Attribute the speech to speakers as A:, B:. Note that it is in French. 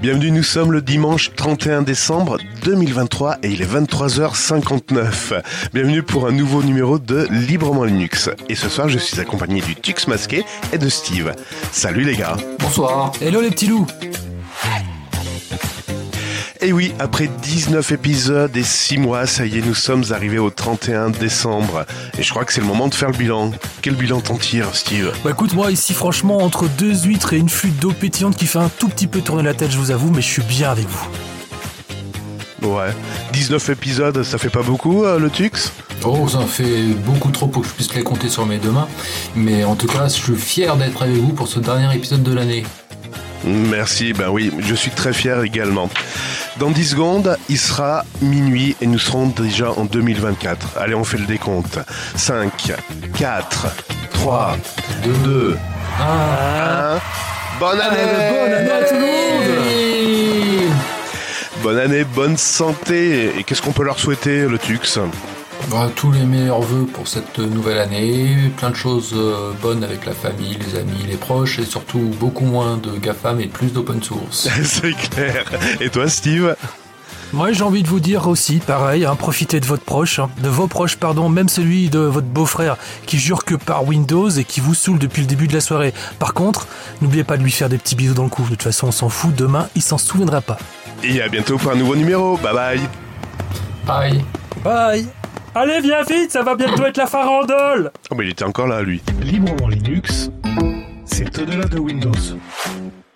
A: Bienvenue, nous sommes le dimanche 31 décembre 2023 et il est 23h59. Bienvenue pour un nouveau numéro de Librement Linux. Et ce soir, je suis accompagné du Tux Masqué et de Steve. Salut les gars.
B: Bonsoir. Hello les petits loups.
A: Et oui, après 19 épisodes et 6 mois, ça y est, nous sommes arrivés au 31 décembre. Et je crois que c'est le moment de faire le bilan. Quel bilan t'en tires, Steve
B: Bah écoute, moi ici, franchement, entre deux huîtres et une flûte d'eau pétillante qui fait un tout petit peu tourner la tête, je vous avoue, mais je suis bien avec vous.
A: Ouais. 19 épisodes, ça fait pas beaucoup, euh, le Tux
C: Oh, ça en fait beaucoup trop pour que je puisse les compter sur mes deux mains. Mais en tout cas, je suis fier d'être avec vous pour ce dernier épisode de l'année.
A: Merci, ben oui, je suis très fier également. Dans 10 secondes, il sera minuit et nous serons déjà en 2024. Allez, on fait le décompte. 5, 4, 3, 2,
C: Ah.
A: 1. Bonne année
B: Eh, Bonne année à tout le monde
A: Bonne année, bonne santé Et qu'est-ce qu'on peut leur souhaiter, le Tux
C: Bah, tous les meilleurs vœux pour cette nouvelle année. Plein de choses euh, bonnes avec la famille, les amis, les proches et surtout beaucoup moins de GAFAM et plus d'open source.
A: C'est clair. Et toi, Steve
B: Moi, j'ai envie de vous dire aussi, pareil, hein, profitez de votre proche, hein, de vos proches, pardon, même celui de votre beau-frère qui jure que par Windows et qui vous saoule depuis le début de la soirée. Par contre, n'oubliez pas de lui faire des petits bisous dans le cou. De toute façon, on s'en fout, demain, il s'en souviendra pas.
A: Et à bientôt pour un nouveau numéro. Bye bye
C: Pareil.
B: Bye Allez, viens vite, ça va bientôt être la farandole
A: Oh, mais il était encore là, lui.
D: Librement Linux, c'est au-delà de Windows.